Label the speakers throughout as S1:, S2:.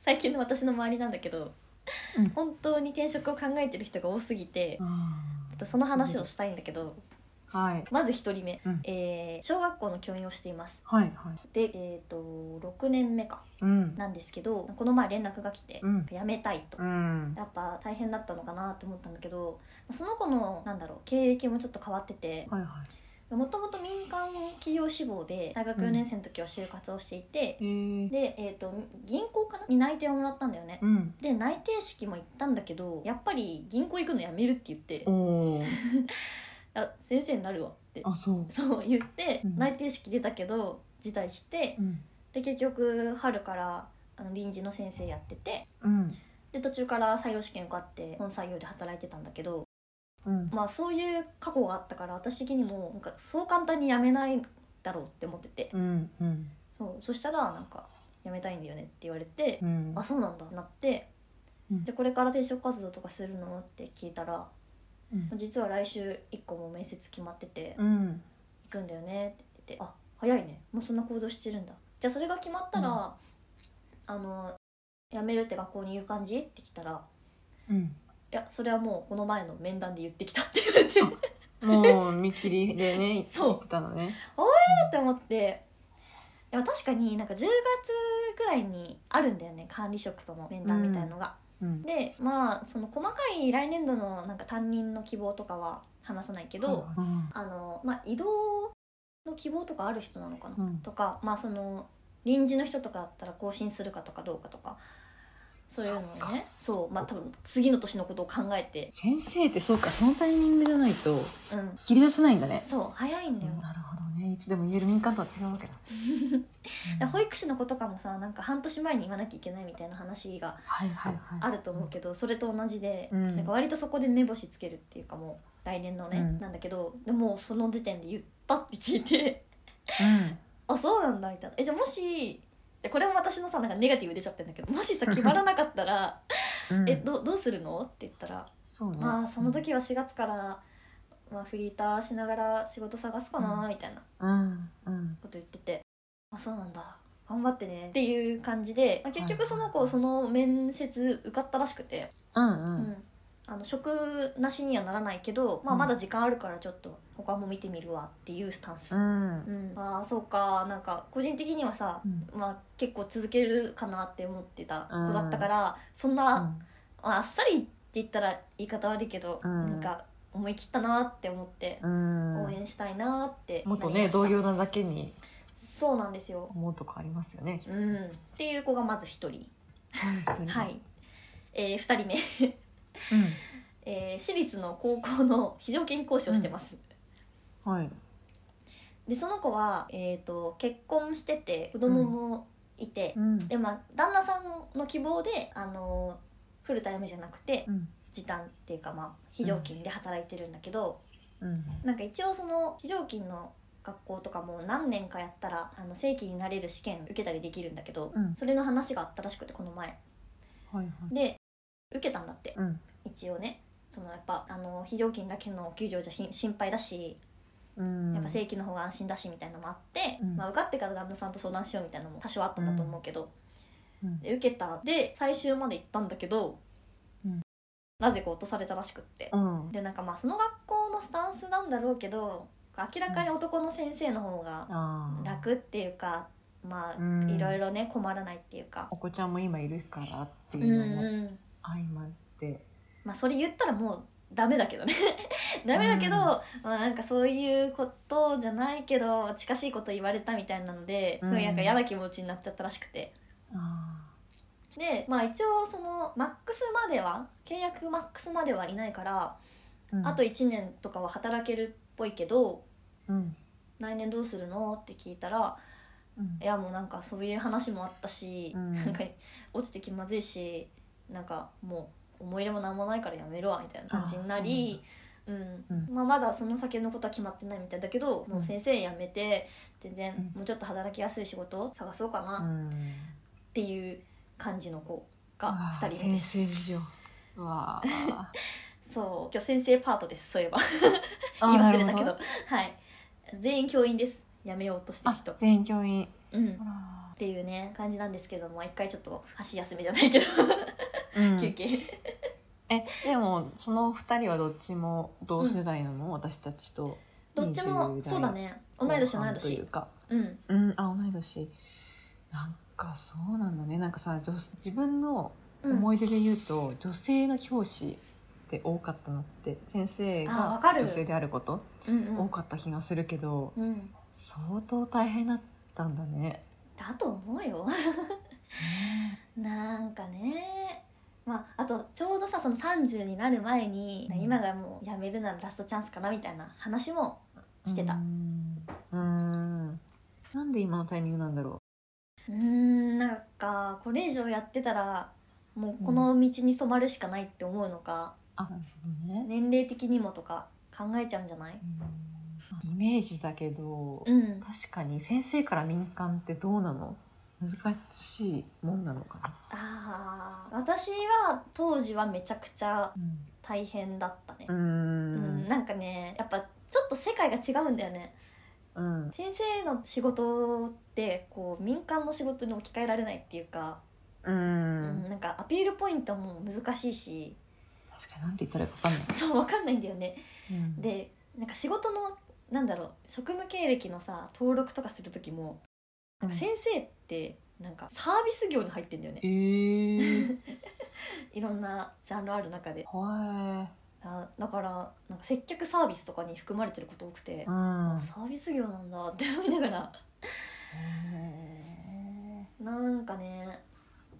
S1: 最近の私の周りなんだけど、
S2: うん
S1: 本当に転職を考えてる人が多すぎて、
S2: あ
S1: ちょっとその話をしたいんだけど、
S2: ーはい
S1: まず一人目、
S2: うん
S1: えー小学校の教員をしています。
S2: はいはい
S1: で、えっ、と6年目か
S2: うん
S1: なんですけど、この前連絡が来て、
S2: うん
S1: 辞めたいと。
S2: うん
S1: やっぱ大変だったのかなと思ったんだけどその子のなんだろう経歴もちょっと変わってて
S2: はいはい
S1: もともと民間企業志望で大学4年生の時は就活をしていて、
S2: えー、
S1: で、えー、と銀行かなに内定をもらったんだよね、
S2: うん
S1: で内定式も行ったんだけどやっぱり銀行行くのやめるって言って
S2: おー
S1: 「あ先生になるわ」って
S2: あそう
S1: そう言って、
S2: うん
S1: 内定式出たけど辞退して
S2: うん
S1: で結局春からあの臨時の先生やってて
S2: うん
S1: で途中から採用試験受かって本採用で働いてたんだけど
S2: うん
S1: まあそういう過去があったから私的にもなんかそう簡単に辞めないだろうって思ってて
S2: うんうん
S1: そうそしたらなんか辞めたいんだよねって言われて
S2: う、ん
S1: あそうなんだってなって、
S2: うん
S1: じゃあこれから転職活動とかするのって聞いたら
S2: うん
S1: 実は来週1個もう面接決まってて
S2: うん
S1: 行くんだよねって言ってあ早いねもうそんな行動してるんだじゃあそれが決まったら、
S2: うん
S1: あの辞めるって学校に言う感じって来たら
S2: うん
S1: いやそれはもうこの前の面談で言ってきたって言われて
S2: もう見切りで ね
S1: そう
S2: 言ってたのね
S1: って思ってでも確かになんか10月ぐらいにあるんだよね管理職との面談みたいのが、
S2: うん
S1: でまあその細かい来年度のなんか担任の希望とかは話さないけど、
S2: うん
S1: あのまあ移動の希望とかある人なのかな、
S2: うん
S1: とかまあその臨時の人とかだったら更新するかとかどうかとかそういうのを
S2: そっ
S1: ねそうまあ多分次の年のことを考えて
S2: 先生ってそうかそのタイミングじゃないと
S1: うん
S2: 切り出せないんだね
S1: そう早いんだよ
S2: そうなるほどねいつでも言える民間とは違うわ けだ
S1: で保育士の子とかもさなんか半年前に言わなきゃいけないみたいな話が
S2: はいはいはい
S1: あると思うけどそれと同じで、
S2: うん
S1: なんか割とそこで目星つけるっていうかもう来年のね、
S2: うん
S1: なんだけどでもうその時点で言ったって聞いて あそうなんだみたいなえじゃあもしでこれも私のさなんかネガティブ出ちゃってんだけども しさ決まらなかったら
S2: う
S1: 「
S2: ん、うん
S1: えどどうするの?」って言ったら
S2: そ
S1: 「
S2: うね
S1: まあその時は4月から、まあ、フリーターしながら仕事探すかな」みたいな
S2: うんうん
S1: こと言ってて「あそうなんだ頑張ってね」っていう感じで、まあ、結局その子その面接受かったらしくて。
S2: うんう
S1: うんんあの職なしにはならないけど、まあ、
S2: うん
S1: まだ時間あるからちょっと他も見てみるわっていうスタンス、
S2: うん
S1: うんああそうかなんか個人的にはさ、
S2: うん
S1: まあ、結構続けるかなって思ってた子だったから、そんな、まあ、あっさりって言ったら言い方悪いけど、
S2: うん
S1: なんか思い切ったなって思って
S2: うん
S1: 応援したいなってな
S2: 元
S1: り
S2: ね
S1: ました
S2: 同業なだけに
S1: そうなんですよ、
S2: 思うとこありますよねきっ
S1: うん、っていう子がまず一人、
S2: とね
S1: はい、えー、二人目、
S2: う
S1: えー、私立の高校の非常勤講師をしてます、
S2: んはい
S1: でその子は、えー、と結婚してて子供もいて、
S2: ん
S1: でまあ旦那さんの希望であのフルタイムじゃなくて
S2: うん
S1: 時短っていうか、まあ、非常勤で働いてるんだけど、
S2: うん
S1: なんか一応その非常勤の学校とかも何年かやったらあの正規になれる試験受けたりできるんだけど、
S2: うん
S1: それの話があったらしくてこの前
S2: はいはい
S1: で受けたんだって
S2: うん
S1: 一応ねそのやっぱあの非常勤だけの給料じゃひ心配だし
S2: うん
S1: やっぱ正規の方が安心だしみたいなのもあって、
S2: うん
S1: まあ、受かってから旦那さんと相談しようみたいなのも多少あったんだと思うけど、
S2: うん
S1: で受けたで最終まで行ったんだけど、
S2: うん
S1: なぜか落とされたらしくって、
S2: うん
S1: でなんかまあその学校のスタンスなんだろうけど明らかに男の先生の方が
S2: あー
S1: 楽っていうか、まあ
S2: うん
S1: いろいろね困らないっていうか、
S2: お子ちゃんも今いるからって
S1: う
S2: い
S1: ん
S2: うのも
S1: うん
S2: 相まって
S1: まあ、それ言ったらもうダメだけどね ダメだけど、
S2: うん
S1: まあ、なんかそういうことじゃないけど近しいこと言われたみたいなので、
S2: うん
S1: すごいなんか嫌な気持ちになっちゃったらしくて
S2: あ
S1: でまあ一応そのマックスまでは契約マックスまではいないから、
S2: ーうん
S1: あと1年とかは働けるっぽいけど
S2: うん
S1: 来年どうするのって聞いたら
S2: うん
S1: いやもうなんかそういう話もあったし、
S2: うん
S1: なんか落ちて気まずいしなんかもう思い入れもなんもないからやめるわみたいな感じになりうん
S2: うん
S1: まあ、まだその先のことは決まってないみたいだけど、もう先生辞めて全然
S2: うん
S1: もうちょっと働きやすい仕事を探そうかな
S2: う
S1: っ
S2: ん
S1: ていう感じの子
S2: う
S1: が
S2: わー
S1: 2人目です。
S2: 先生事情うわー
S1: そう今日先生パートですそういえば
S2: あー
S1: 言い忘れたけど
S2: なるほ
S1: はい全員教員です辞めようとしてる
S2: あ
S1: 人
S2: 全員教員
S1: うん
S2: ほら
S1: っていうね感じなんですけども一回ちょっと箸休めじゃないけど
S2: うん
S1: 休憩、
S2: えでもその二人はどっちも同世代なの、私たちと
S1: どっちも
S2: 20代
S1: そうだね同い年同い
S2: という
S1: 年
S2: か
S1: うん
S2: うんあ同い年なんかそうなんだねなんかさ女自分の
S1: うん
S2: 思い出で言うと、女性の教師って多かったのって先生
S1: あ
S2: が
S1: わかる
S2: 女性であること
S1: うん
S2: 多かった気がするけど、
S1: うんうん
S2: 相当大変だったんだね。
S1: だと思うよなんかねまあ、あとちょうどさその30になる前に、
S2: うん
S1: 今がもうやめるならラストチャンスかなみたいな話もしてた
S2: うーんうーんなんで今のタイミングなんだろ
S1: うーんなんかこれ以上やってたらもうこの道に染まるしかないって思うのか、
S2: うあなるほどね、
S1: 年齢的にもとか考えちゃうんじゃないう
S2: ーんイメージだけど、
S1: うん
S2: 確かに先生から民間ってどうなの難しいもんなのかな、
S1: あー私は当時はめちゃくちゃ
S2: う
S1: 大変だったね
S2: ー、
S1: うん
S2: ん
S1: なんかねやっぱちょっと世界が違うんだよね
S2: うん
S1: 先生の仕事ってこう民間の仕事に置き換えられないっていうか、
S2: う
S1: うんん、なんかアピールポイントも難しいし
S2: 確かになんて言ったらいいか分かんない
S1: そうわかんないんだよね、
S2: うん
S1: でなんか仕事のなんだろう職務経歴のさ登録とかする時もなんか先生ってなんかサービス業に入ってんだよね
S2: えー、
S1: いろんなジャンルある中で
S2: は
S1: あだからなんか接客サービスとかに含まれてること多くて
S2: い、う、ん
S1: あサービス業なんだって思いながら
S2: へ
S1: なんかね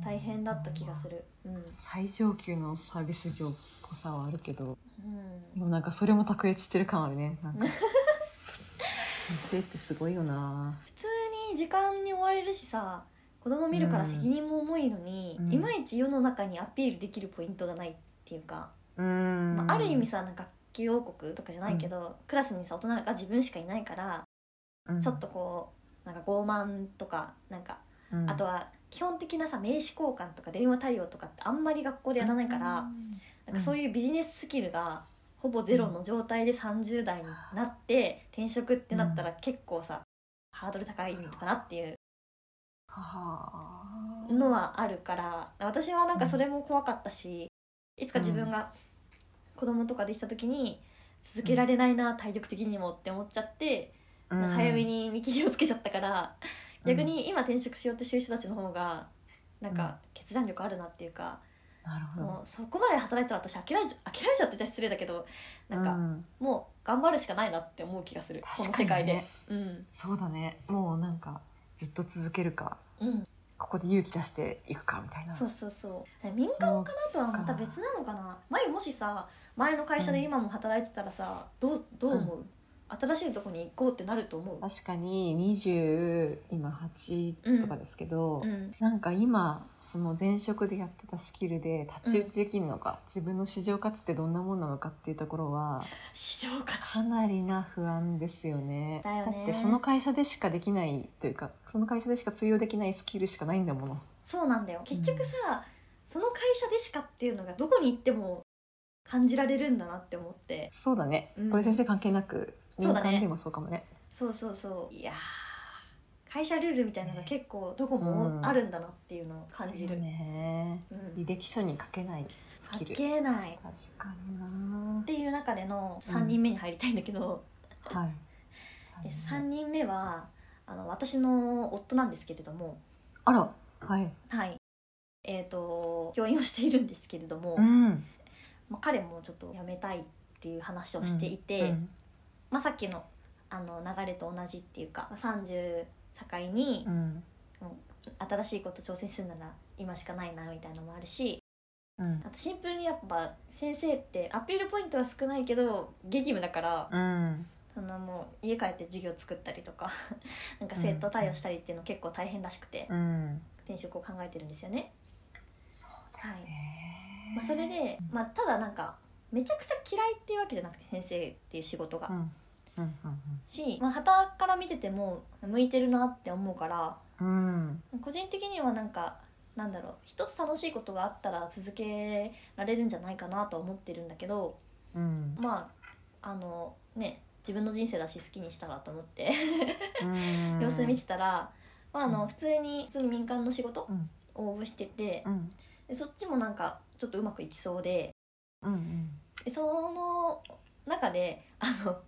S2: ー
S1: 大変だった気がするうん、うん、
S2: 最上級のサービス業っぽさはあるけどでもなんかそれも卓越してる感あるね なんか先生ってすごいよな
S1: 普通に時間に追われるしさ子供見るから責任も重いのに、
S2: うん
S1: いまいち世の中にアピールできるポイントがないっていうか、
S2: うん
S1: まあ、ある意味さなんか学級王国とかじゃないけど、クラスにさ大人が自分しかいないから、ちょっと、こうなんか傲慢とかなんか
S2: うん
S1: あとは基本的なさ名刺交換とか電話対応とかってあんまり学校でやらないから、なんかそういうビジネススキルがほぼゼロの状態で30代になって転職ってなったら結構さ、ハードル高いのかなっていう
S2: はあ
S1: のはあるから私はなんかそれも怖かったしいつか自分が子供とかできた時に続けられないな、体力的にもって思っちゃって、
S2: うん
S1: 早めに見切りをつけちゃったから
S2: うん
S1: 逆に今転職しようとしてる人たちの方がなんか決断力あるなっていうか、
S2: なるほど
S1: もうそこまで働いたら私諦めちゃ諦めちゃって言ったら失礼だけどなんか、
S2: う
S1: もう頑張るしかないなって思う気がする、この
S2: 確か
S1: 世
S2: に
S1: 界で
S2: ね、
S1: うん
S2: そうだねもうなんかずっと続けるか
S1: うん、
S2: ここで勇気出していくかみたいな
S1: そうそうそう民間かなとはまた別なのかな前もしさ前の会社で今も働いてたらさ、どうどう思う、新しいとこに行こうってなると思う
S2: 確かに20今8とかですけど、
S1: うん
S2: なんか今その前職でやってたスキルで太刀打ちできるのか、自分の市場価値ってどんなもんなのかっていうところは
S1: 市場価値
S2: かなりな不安ですよね
S1: だよね
S2: ってその会社でしかできないというかその会社でしか通用できないスキルしかないんだもの
S1: そうなんだよ結局さ、その会社でしかっていうのがどこに行っても感じられるんだなって思って
S2: そうだね、
S1: うん
S2: これ先生関係なく
S1: そう
S2: 民
S1: だね
S2: 間でもそうかもね
S1: そうそうそういやー会社ルールみたいなのが結構どこも
S2: うん
S1: あるんだなっていうのを感じる、
S2: ね
S1: うん
S2: 履歴書に書けないスキル
S1: 書けない
S2: 確かにな
S1: っていう中での3人目に入りたいんだけど、
S2: はい
S1: え3人目はあの私の夫なんですけれども
S2: あらはい
S1: はいえー、と教員をしているんですけれども、
S2: ん
S1: まあ、彼もちょっと辞めたいっていう話をしていて、
S2: うん
S1: まあ、さっきのあの流れと同じっていうかまあ30境に
S2: うん
S1: 新しいこと挑戦するなら今しかないなみたいなのもあるし
S2: うん
S1: あとシンプルにやっぱ先生ってアピールポイントは少ないけど激務だから
S2: うん
S1: そのもう家帰って授業作ったりとか なんか生徒対応したりっていうの結構大変らしくて
S2: うん
S1: 転職を考えてるんですよね、
S2: そう
S1: は
S2: だ
S1: い
S2: ね
S1: まあ、それで、まあ、ただなんかめちゃくちゃ嫌いっていうわけじゃなくて先生っていう仕事が、
S2: うんうん
S1: し、まあ、旗から見てても向いてるなって思うから
S2: うんうん
S1: 個人的にはなんかなんだろう一つ楽しいことがあったら続けられるんじゃないかなとは思ってるんだけど
S2: うん
S1: まああのね自分の人生だし好きにしたらと思って
S2: うん
S1: 様子見てたらはあの、
S2: うん
S1: 普通に普通の民間の仕事
S2: うん
S1: を応募してて、
S2: うん
S1: でそっちもなんかちょっとうまくいきそうで
S2: うんうん
S1: でその中であの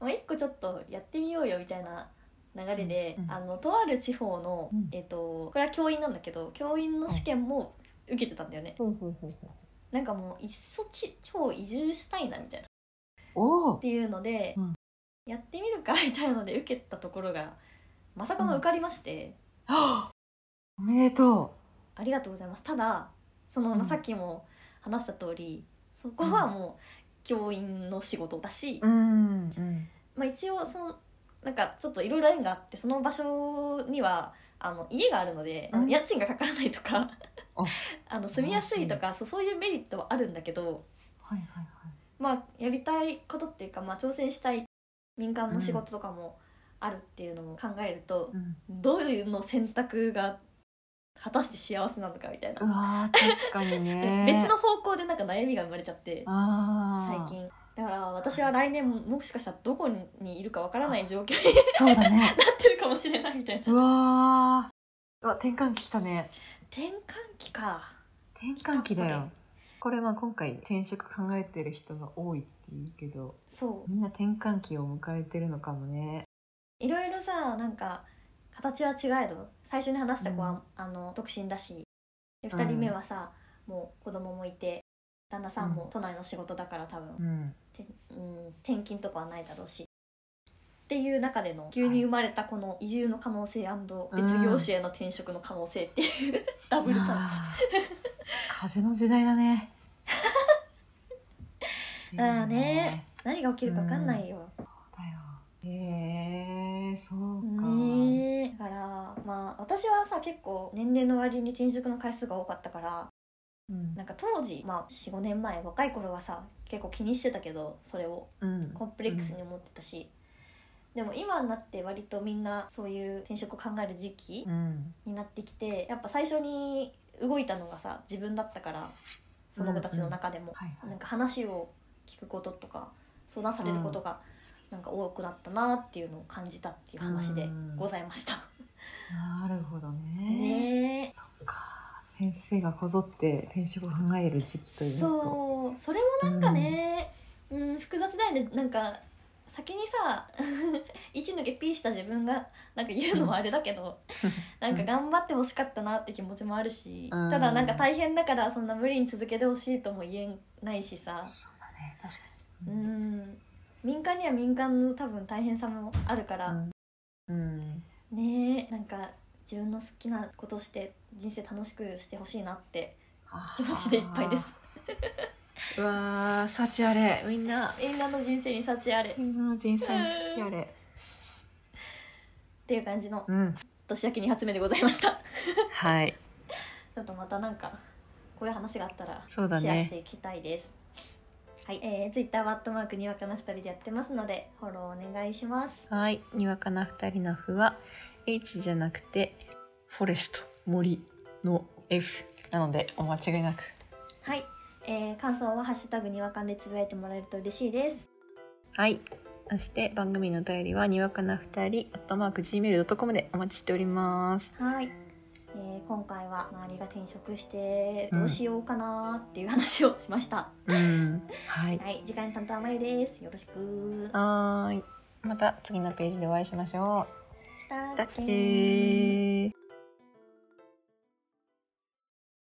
S1: もう一個ちょっとやってみようよみたいな流れで、
S2: うんうん
S1: あのとある地方の、
S2: うん
S1: えっとこれは教員なんだけど教員の試験も受けてたんだよね、
S2: ほうほうほうほう
S1: なんかもういっそ地方移住したいなみたいなっ
S2: おー
S1: ていうので、
S2: うん
S1: やってみるかみたいなので受けたところがまさかの受かりまして。
S2: はっおめでと
S1: ありがとうございますただその、まあ
S2: うん
S1: さっきも話した通りそこはもう教員の仕事だし、
S2: ううんうん
S1: まあ、一応そのなんかちょっといろいろ縁があってその場所にはあの家があるので、あの
S2: うん
S1: 家賃がかからないとか
S2: あ
S1: あの住みやすいとかそうそういうメリットはあるんだけど、
S2: はいはい
S1: まあ、やりたいことっていうか、まあ、挑戦したい民間の仕事とかもあるっていうのも考えると
S2: はい、う、ん、
S1: どういうの選択が果たして幸せなのかみたいな
S2: う。わー確かに ね
S1: 別の方向でなんか悩みが生まれちゃって最
S2: ああ
S1: 近だから私は来年もしかしたらどこにいるかわからない状況に
S2: そう だね
S1: なってるかもしれないみたいな
S2: うわーうわ転換期来たね
S1: 転換期か
S2: 転換期だ
S1: 来た
S2: よこれまあ今回転職考えてる人が多いって言うけど
S1: そう
S2: みんな転換期を迎えてるのかもね
S1: いろいろさなんか形は違えど最初に話した子は、
S2: うん
S1: あの独身だしで
S2: うん
S1: 2人目はさ、もう子供もいて旦那さん
S2: う
S1: も都内の仕事だから多分、
S2: うん
S1: てうん、転勤とかはないだろうしっていう中での急に生まれたこの移住の可能性別業種への転職の可能性っていう ダブルパンチ
S2: あー風の時代だね
S1: あーね何が起きるか分かんないよ、
S2: そうだよへえー、そうか、
S1: ねえだからまあ私はさ結構年齢の割に転職の回数が多かったから
S2: うん
S1: なんか当時、まあ、45年前若い頃はさ結構気にしてたけどそれを
S2: うん
S1: コンプレックスに思ってたし、でも今になって割とみんなそういう転職を考える時期、
S2: うん
S1: になってきてやっぱ最初に動いたのがさ自分だったからその子たちの中でも、
S2: はいはい
S1: なんか話を聞くこととか相談されることがなんか多くなったなっていうのを感じたっていう話でございました。
S2: なるほどね
S1: ねえ
S2: そっか先生がこぞって転職を考える時期というのと
S1: そうそれもなんかね、うん複雑だよねなんか先にさ 一抜けピーした自分がなんか言うのもあれだけどなんか頑張ってほしかったなって気持ちもあるし、
S2: うん
S1: ただなんか大変だからそんな無理に続けてほしいとも言えないしさ、
S2: そうだね確か
S1: う
S2: に
S1: ん、民間には民間の多分大変さもあるから、
S2: うん、うん
S1: ねえなんか自分の好きなことをして人生楽しくしてほしいなって気持ちでいっぱいです。
S2: あーうわー幸あれみんな
S1: みんなの人生に幸あれっ
S2: みんなの人生に幸あれ
S1: ていう感じの
S2: うん
S1: 年明け2発目でございました
S2: はい
S1: ちょっとまたなんかこういう話があったらシ
S2: そうだね
S1: ェアしていきたいです、はい、えー、ツイッターワットマークにわかな2人でやってますのでフォローお願いします
S2: はいにわかな二人のふは H じゃなくてフォレスト森の F なのでお間違いなく
S1: はい、えー、感想は「ハッシュタグにわかん」でつぶやいてもらえると嬉しいです
S2: はいそして番組のお便りはにわかな二人アットマーク gmail.com でお待ちしております
S1: はい、えー、今回は周りが転職してどうしようかなっていう話をしました、
S2: うんはい
S1: はい次回の担当はまゆですよろしく
S2: はーいまた次のページでお会いしましょう
S1: した
S2: だっけー